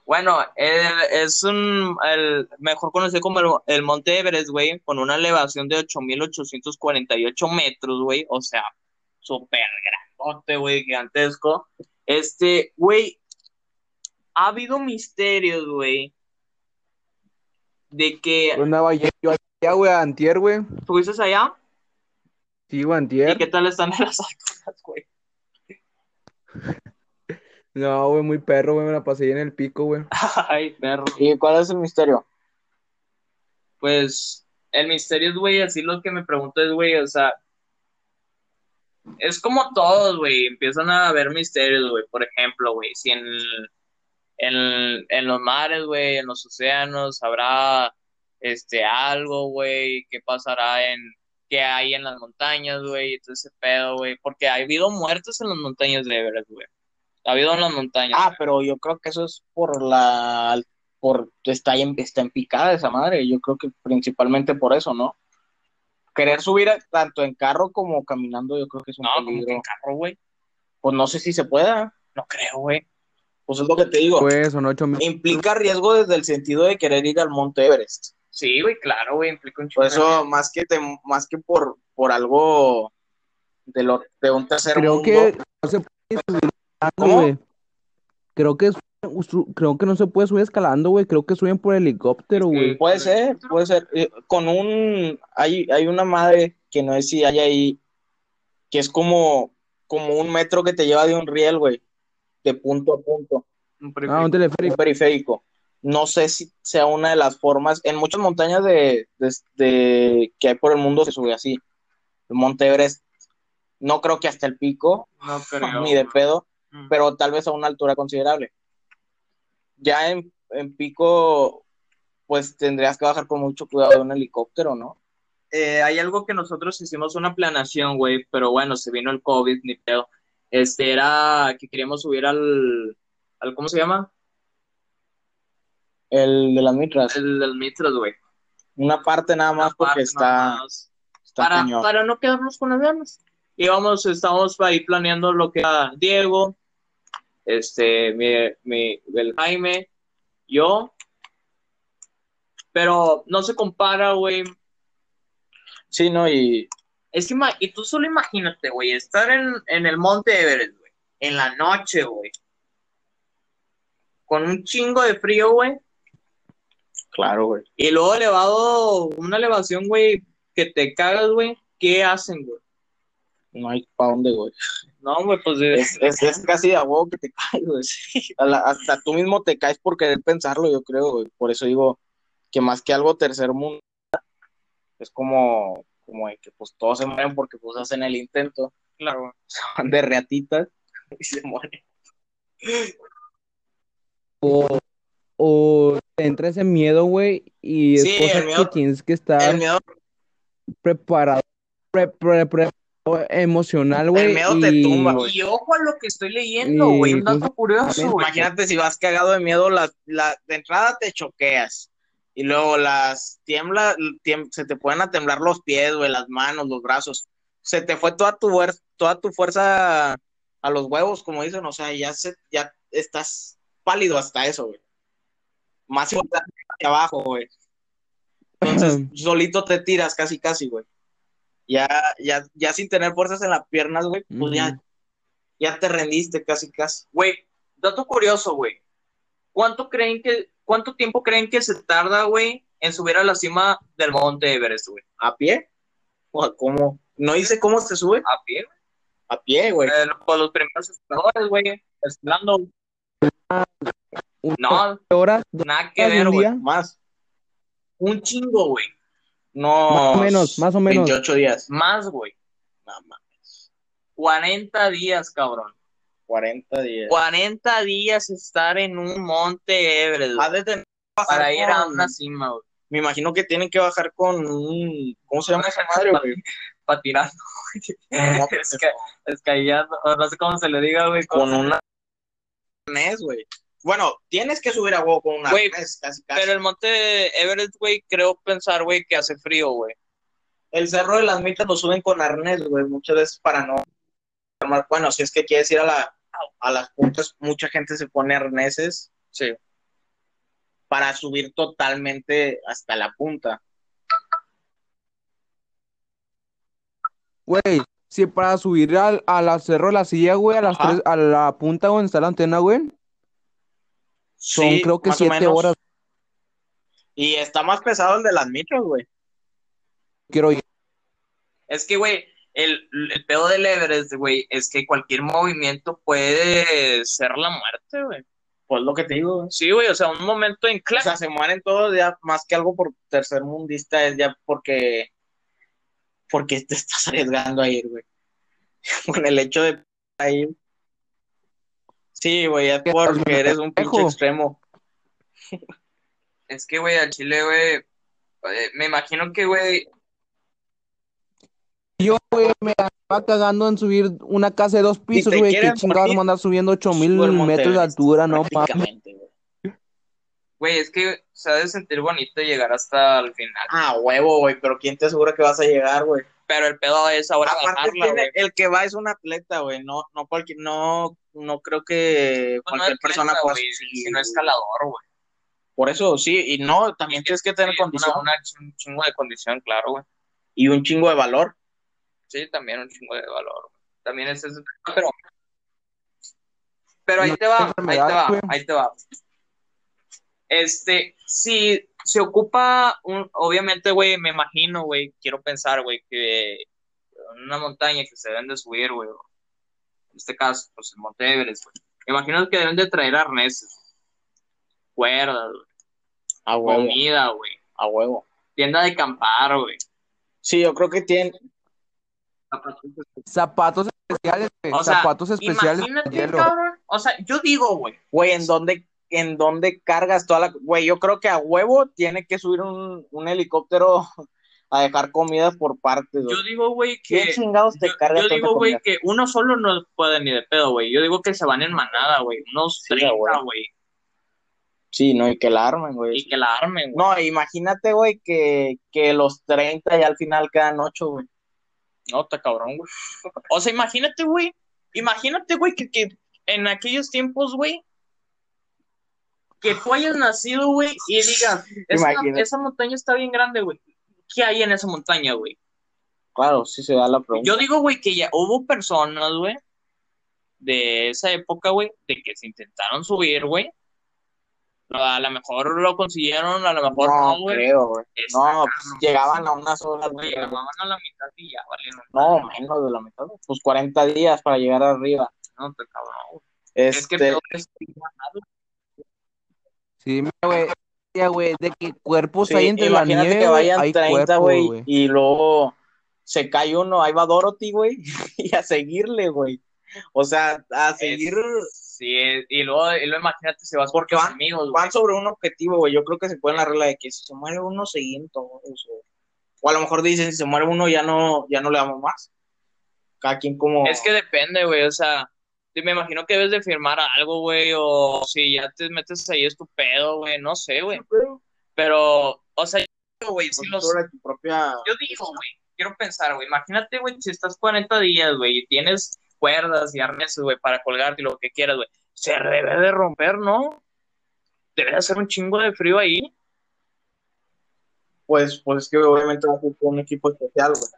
Bueno, el- es un, el mejor conocido como el, el Monte Everest, güey, con una elevación de 8.848 metros, güey, o sea, súper grandote, güey, gigantesco. Este, güey, ha habido misterios, güey, de que
Andaba yo yo allá, güey, antier, güey.
fuiste allá
Sí, güey,
y
antier.
qué tal están las alturas, güey.
No, güey, muy perro, güey, me la pasé ahí en el pico, güey.
Ay, perro.
¿Y cuál es el misterio?
Pues el misterio es, güey, así lo que me pregunto es, güey, o sea, es como todos, güey, empiezan a haber misterios, güey, por ejemplo, güey, si en, en, en los mares, güey, en los océanos, habrá, este, algo, güey, qué pasará en, qué hay en las montañas, güey, y todo ese pedo, güey, porque ha habido muertes en las montañas de Everest, güey, ha habido en las montañas.
Ah, pero yo creo que eso es por la. por está, ahí en, está en picada esa madre. Yo creo que principalmente por eso, ¿no? Querer subir a- tanto en carro como caminando, yo creo que es un
no, como que en
peligro.
carro, güey,
Pues no sé si se pueda.
no creo, güey.
Pues es lo que te digo.
Pues son ocho mil.
Implica riesgo desde el sentido de querer ir al Monte Everest.
Sí, güey, claro, güey, implica un
Por
chingo de
eso, más que, te, más que por, por algo de, lo, de un tercer
Creo
mundo,
que no se puede subir escalando,
¿Cómo?
güey. Creo que, su- creo que no se puede subir escalando, güey. Creo que suben por helicóptero,
Sí.
güey.
puede ser, puede ser. Eh, Con un, hay, hay una madre que no sé si hay ahí, que es como, como un metro que te lleva de un riel, güey, de punto a punto,
Un
Ah, un
un
teleférico.
periférico. No sé si sea una de las formas, en muchas montañas de, de- de- que hay por el mundo se sube así. El Monte Everest, no creo que hasta el pico,
No creo.
ni de
güey.
pedo,
Mm.
pero tal vez a una altura considerable. Ya en, en pico, pues tendrías que bajar con mucho cuidado de un helicóptero, ¿no?
Eh, hay algo que nosotros hicimos una planación, güey, pero bueno, se vino el COVID, ni pedo. Este era que queríamos subir al, al ¿cómo se llama?
El de las mitras.
El del Mitras, güey.
Una parte nada más Ah, porque
Aparte,
está,
nomás.
está
Para,
cañón.
para no quedarnos con las ganas. Y vamos, estamos ahí planeando lo que era Diego, este, mi, mi, el Jaime, yo. Pero no se compara, güey,
Sí, ¿no? Y
Es que ima- y tú solo imagínate, güey, estar en, en el monte Everest, güey, en la noche, güey, con un chingo de frío, güey,
claro, güey.
y luego elevado, una elevación, güey, que te cagas, güey, ¿qué hacen, güey?
No hay para dónde, güey.
No, güey, pues de-
Es, es- es casi a huevo que te caes, güey. A la- hasta tú mismo te caes por querer pensarlo, yo creo, güey. Por eso digo que más que algo tercer mundo, es como, como de que pues todos se mueren porque pues hacen el intento.
claro, güey,
Van de reatitas.
y se muere.
O, o te entra ese miedo, güey. Y es
Sí,
cosa
el miedo-
que tienes que estar
El miedo,
preparado, pre- pre- pre- emocional, güey.
el miedo te
y-
tumba, güey.
Y ojo a lo que estoy leyendo,
Y-
güey, un dato curioso, güey.
Imagínate si vas cagado de miedo, la, la- de entrada te choqueas. Y luego las tiembla, tiem- se te pueden a temblar los pies, güey, las manos, los brazos. se te fue toda tu, fuer- toda tu fuerza a los huevos, como dicen, o sea, ya, se, ya estás pálido hasta eso, güey. Más importante hacia abajo, güey. Entonces, solito te tiras casi, casi, güey. Ya, ya, ya sin tener fuerzas en las piernas, güey, pues
Ujú.
ya, ya te rendiste casi, casi.
Güey, dato curioso, güey. ¿Cuánto creen que, cuánto tiempo creen que se tarda, güey, en subir a la cima del monte Everest, güey?
¿A pie? O ¿Cómo? ¿No dice cómo se sube?
A pie, güey.
A pie, güey.
Eh, con los primeros escaladores, güey. Escalando.
Una
No,
hora,
nada que
horas de
ver,
un
güey.
día.
Más.
Un chingo, güey.
No.
Más o menos, más o menos.
28 días.
Más, güey.
No, ma,
40 días, cabrón.
40 días.
40 días estar en un monte Everest, güey,
Ha de tener que bajar
para ir a
Ah, con-
una cima, Ah, güey.
Me imagino que tienen que bajar con un. ¿Cómo se llama esa madre,
Para,
güey?
tirar,
No,
es que, es que ya, no, no sé cómo se le diga, güey.
Con una. Mes, güey. Bueno, tienes que subir a huevo con una.
Güey,
mes, casi, casi.
Pero el monte Everest, güey, creo pensar, güey, que hace frío, güey.
El cerro de las mitas lo suben con arnés, güey, muchas veces para no armar. Bueno, si es que quieres ir a, la, a las puntas, mucha gente se pone arneses
Sí.
para subir totalmente hasta la punta.
Güey, si para subir al, a la cerro de la silla, güey, a las
Ajá.
tres, a la punta donde está la antena, güey, son
Sí,
creo que
más o
siete
menos.
horas.
Y está más pesado el de las mitas, güey.
Quiero ir.
Es que, güey, el, el pedo del Everest, güey, es que cualquier movimiento puede ser la muerte, güey.
Pues lo que te digo, güey.
Sí, güey, o sea, un momento en
O
clase.
sea, se mueren todos ya, más que algo por tercer mundista, es ya porque, porque te estás arriesgando a ir, güey. Con el hecho de ir. Sí, güey, es porque eres un pinche
pendejo.
extremo.
Es que, güey, al Chile, güey, eh, me imagino que, güey,
Yo, güey, me va cagando en subir una casa de dos pisos,
te
güey. ¿Qué
quieres
chingados
morir,
mandar subiendo ocho
sube
mil
el Monte
metros de
Everest,
Ah,
altura? No, mames.
prácticamente, güey.
güey, es que se ha de sentir bonito llegar hasta el final.
Ah, huevo, güey, pero ¿quién te asegura que vas a llegar, güey?
Pero el pedo es ahora
Aparte,
bajarla,
tiene-
güey.
el que va es un atleta, güey, no, no, cualquier, no, no creo que
Pues no
cualquier
es
persona
atleta,
pueda
güey,
subir,
sino
güey.
escalador, güey.
Por eso, sí, y no, también tienes que tener
Sí,
condición
Una, una ch- un chingo de condición, claro, güey.
y un chingo de valor.
Sí, también un chingo de valor. güey. También es ese. Pero, pero ahí te va, ahí te va, ahí te va. Este, si se ocupa un, obviamente, güey, me imagino, güey, quiero pensar, güey, que una montaña que se deben de subir, güey, o en este caso, pues el Monte Everest, güey. Me imagino que deben de traer arneses, cuerdas, güey,
A huevo,
comida, güey,
a huevo.
tienda de acampar, güey.
Sí, yo creo que tienen.
zapatos
Zapatos especiales, güey.
O sea,
Zapatos especiales. de
Imagínate,
hielo.
cabrón. O sea, yo digo, güey.
Güey, ¿en dónde, ¿en dónde cargas toda la. Güey, yo creo que a huevo tiene que subir un, un helicóptero a dejar comidas por partes, güey.
Yo digo, güey,
¿Qué
que.
chingados te
Yo,
cargas
yo
toda esa
digo, güey,
comida?
que uno solo no puede ni de pedo, güey. Yo digo que se van en manada, güey. Unos
Sí,
30,
güey.
güey.
Sí, no, y que la armen, güey.
Y que la armen, güey.
No, imagínate, güey, que, que los 30 y al final quedan 8, güey.
No, está cabrón, güey. O sea, imagínate, güey. Imagínate, güey, que, que en aquellos tiempos, güey. Que tú hayas nacido, güey, y digas, esa,
Imagínate.
esa montaña está bien grande, güey. ¿Qué hay en esa montaña, güey?
Claro, sí se da la pregunta.
Yo digo, güey, que ya hubo personas, güey, de esa época, güey, de que se intentaron subir, güey. A lo mejor lo consiguieron, a lo mejor no,
no,
güey.
creo, güey.
Está
No,
cabrón,
pues, llegaban a unas horas,
güey,
güey.
llegaban a la mitad y ya valieron.
No, menos de la mitad. güey. Pues 40 días para llegar arriba.
No, te cabrón, güey.
Este,
Es que peor es que
Sí, mira, güey. Mira, güey, de que cuerpos
Sí,
hay pues, entre la
imagínate
nieve,
que
güey,
vayan
hay
30,
cuerpos,
güey, y luego se cae uno, ahí va Dorothy, güey, y a seguirle, güey. O sea, a seguir,
Sí, es- y luego, y luego imagínate si vas
Porque
con tus
van-
amigos, güey.
van sobre un objetivo, güey. Yo creo que se pone la regla de que si se muere uno, seguimos todos, güey. O a lo mejor dicen, si se muere uno, ya no, ya no le damos más. Cada quien como...
Es que depende, güey, o sea, yo me imagino que debes de firmar algo, güey, o si ya te metes ahí es tu pedo, güey, no
pues,
sé, güey. Pero, o sea, yo digo, güey, si los,
sobre tu propia...
yo digo, güey, quiero pensar, güey. Imagínate, güey, si estás 40 días, güey, y tienes cuerdas y arneses, güey, para colgarte y lo que quieras, güey. Se debe de romper, ¿no? Debe de hacer un chingo de frío ahí.
Pues, pues es que obviamente vas a ir con un equipo especial, güey.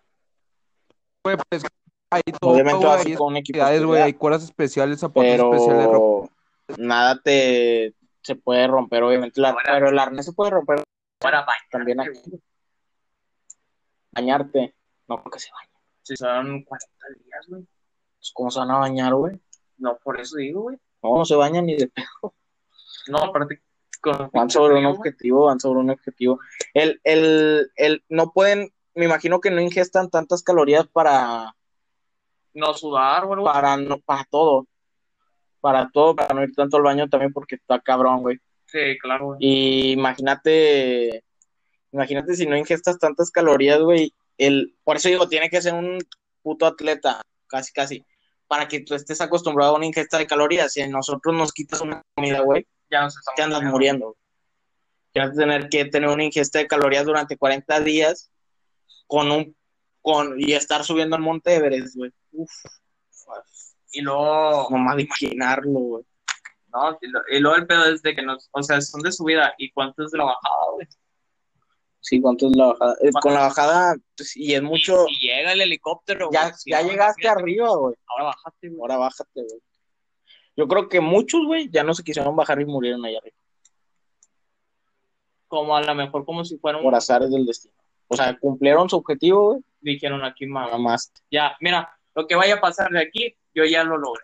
Güey, pues hay todo,
Obviamente vas
güey, hay
con un equipo
especialidades, güey,
especial.
hay cuerdas especiales, zapatos especiales, ropa.
pero nada te se puede romper obviamente la,
Ahora-
pero el arnés se puede romper
Para bañarte,
también
güey.
aquí bañarte no porque se bañen
Si son 40 días, güey.
Pues, cómo se van a bañar güey
No, por eso digo, güey.
no no se bañan ni de
No, aparte, con
van sobre un
güey.
objetivo van sobre un objetivo el el el no pueden me imagino que no ingestan tantas calorías para
no sudar, güey.
para no, para todo para todo para no ir tanto al baño también porque está cabrón güey
Sí, claro, güey.
Y imagínate, imagínate si no ingestas tantas calorías, güey. El, por eso digo, tiene que ser un puto atleta, casi, casi, para que tú estés acostumbrado a una ingesta de calorías. Si a nosotros nos quitas una comida, güey,
Ya nos estamos
te andas
muriendo.
muriendo. Tienes que tener que tener una ingesta de calorías durante 40 días con un, con, y estar subiendo al Monte Everest, güey. Uf,
Y luego,
nomás de imaginarlo, güey.
no, y lo- y luego el pedo es de que nos, o sea, son de subida. ¿Y cuánto es de la bajada, güey?
Sí, ¿cuánto es la bajada? Eh, con la bajada, pues, y es mucho,
Y, y llega el helicóptero,
ya,
güey. Si
ya
no,
llegaste
mira,
arriba, güey.
Ahora bajaste, güey.
Ahora bájate, güey. Yo creo que muchos, güey, ya no se quisieron bajar y murieron allá arriba.
Como a lo mejor como si fuera
Por
un...
azares del destino. O sea, cumplieron su objetivo, güey.
Dijeron aquí, mamá.
Nada más.
Ya, mira, lo que vaya a pasar de aquí, yo ya lo logré.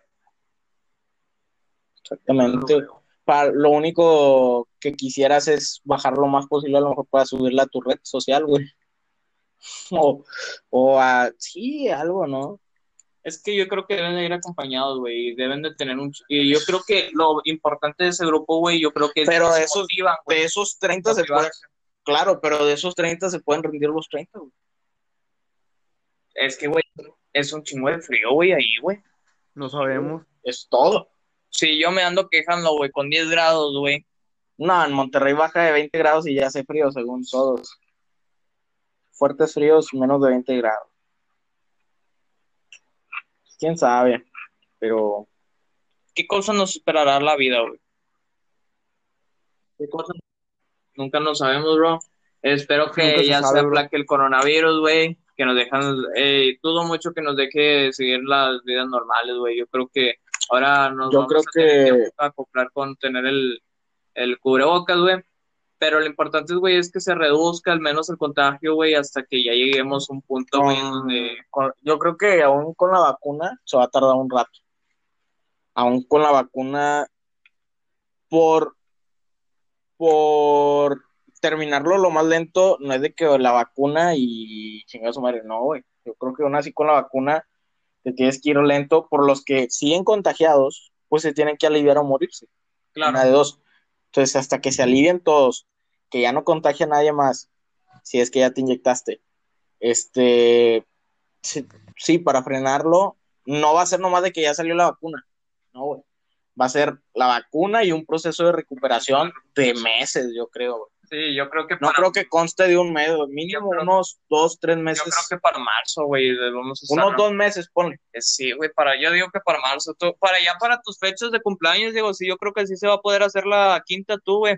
Exactamente. Pa- lo único que quisieras es bajar lo más posible, a lo mejor para subirla a tu red social, güey. O, o a. Sí, algo, ¿no?
Es que yo creo que deben de ir acompañados, güey, y deben de tener un... Y yo creo que lo importante de ese grupo, güey, yo creo que es
Pero
que se
esos-
motivan, güey.
De esos 30 se pueden. Claro, pero de esos 30 se pueden rendir los 30, güey.
Es que, güey, es un chingo de frío, güey, ahí, güey.
No sabemos.
Es todo.
Sí, yo me ando quejando, güey, con 10 grados, güey.
No, en Monterrey baja de 20 grados y ya hace frío, según todos. Fuertes fríos, menos de 20 grados. Quién sabe, pero
¿Qué cosa nos esperará la vida, güey? ¿Qué cosa? Nunca lo sabemos, bro. Espero que
Nunca se
ya
sabe,
se
bro.
aplaque el coronavirus, güey. Que nos dejan, eh, dudo mucho que nos deje seguir las vidas normales, güey. Yo creo que ahora nos
yo
vamos
creo
a tener
que
acoplar con tener el, el cubrebocas, güey. Pero lo importante, güey, es que se reduzca al menos el contagio, güey, hasta que ya lleguemos a un punto, güey, en donde
con- yo creo que aún con la vacuna se va a tardar un rato. Aún con la vacuna por por terminarlo lo más lento, no es de que la vacuna y chingada su madre, no, güey. Yo creo que aún así con la vacuna te tienes que ir lento por los que siguen contagiados, pues se tienen que aliviar o morirse.
claro,
Una de dos. Entonces, hasta que se alivien todos, que ya no contagie a nadie más, si es que ya te inyectaste, este, sí, sí, para frenarlo, no va a ser nomás de que ya salió la vacuna, no, güey. Va a ser la vacuna y un proceso de recuperación de meses, yo creo. güey.
sí, yo creo que
No
para-
creo que conste de un mes, güey, mínimo
Yo creo-
unos dos, tres
yo
meses.
creo que para marzo, güey, vamos a estar
Unos dos meses, ponle.
Eh, Sí, güey, para, yo digo que para marzo, tú- para ya para tus fechas de cumpleaños, digo, sí, yo creo que sí se va a poder hacer la quinta tú, güey.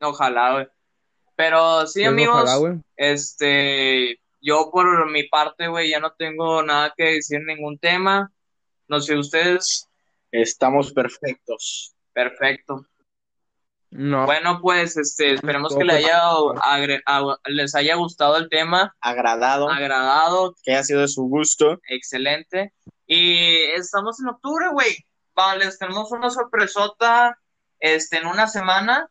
Ojalá, güey. Pero sí,
Pues,
amigos,
ojalá, güey.
este, yo por mi parte, güey, ya no tengo nada que decir en ningún tema. No sé ustedes,
Estamos perfectos.
perfecto.
Ah.
No.
Bueno, pues, este, esperemos
Todo
que le
pues.
haya,
perfecto.
agre- a- les haya gustado el tema,
Agradado,
Ah.
agradado,
que haya sido de su gusto.
Excelente. Y estamos en octubre, güey. Vale, les tenemos una sorpresota este, en una semana.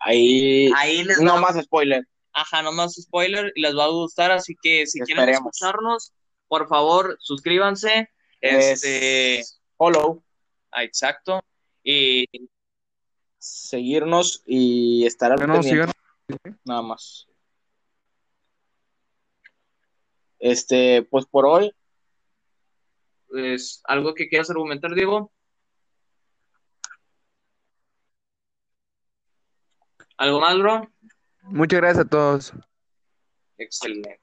Ahí,
Ahí les
no
va-
más spoiler.
Ajá, no más spoiler. y Les va a gustar, así que si quieren
Esperemos.
escucharnos, por favor, suscríbanse. Este,
Es follow,
ah, exacto. Y
seguirnos y estar al
Bueno,
pendiente,
pues, sigan.
nada más. Este, pues por hoy,
es pues, algo que quieras argumentar, Diego. ¿Algo más, bro?
Muchas gracias a todos.
Excelente.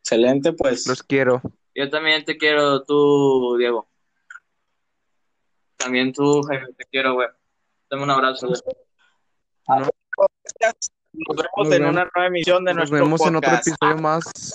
Excelente, pues.
Los quiero.
Yo también te quiero, tú, Diego. También tú, Jaime, te quiero, güey. Dame un abrazo, güey.
Nos vemos
Nos
en
vemos.
una nueva emisión de
Nos
nuestro
vemos en otro
podcast.
episodio más.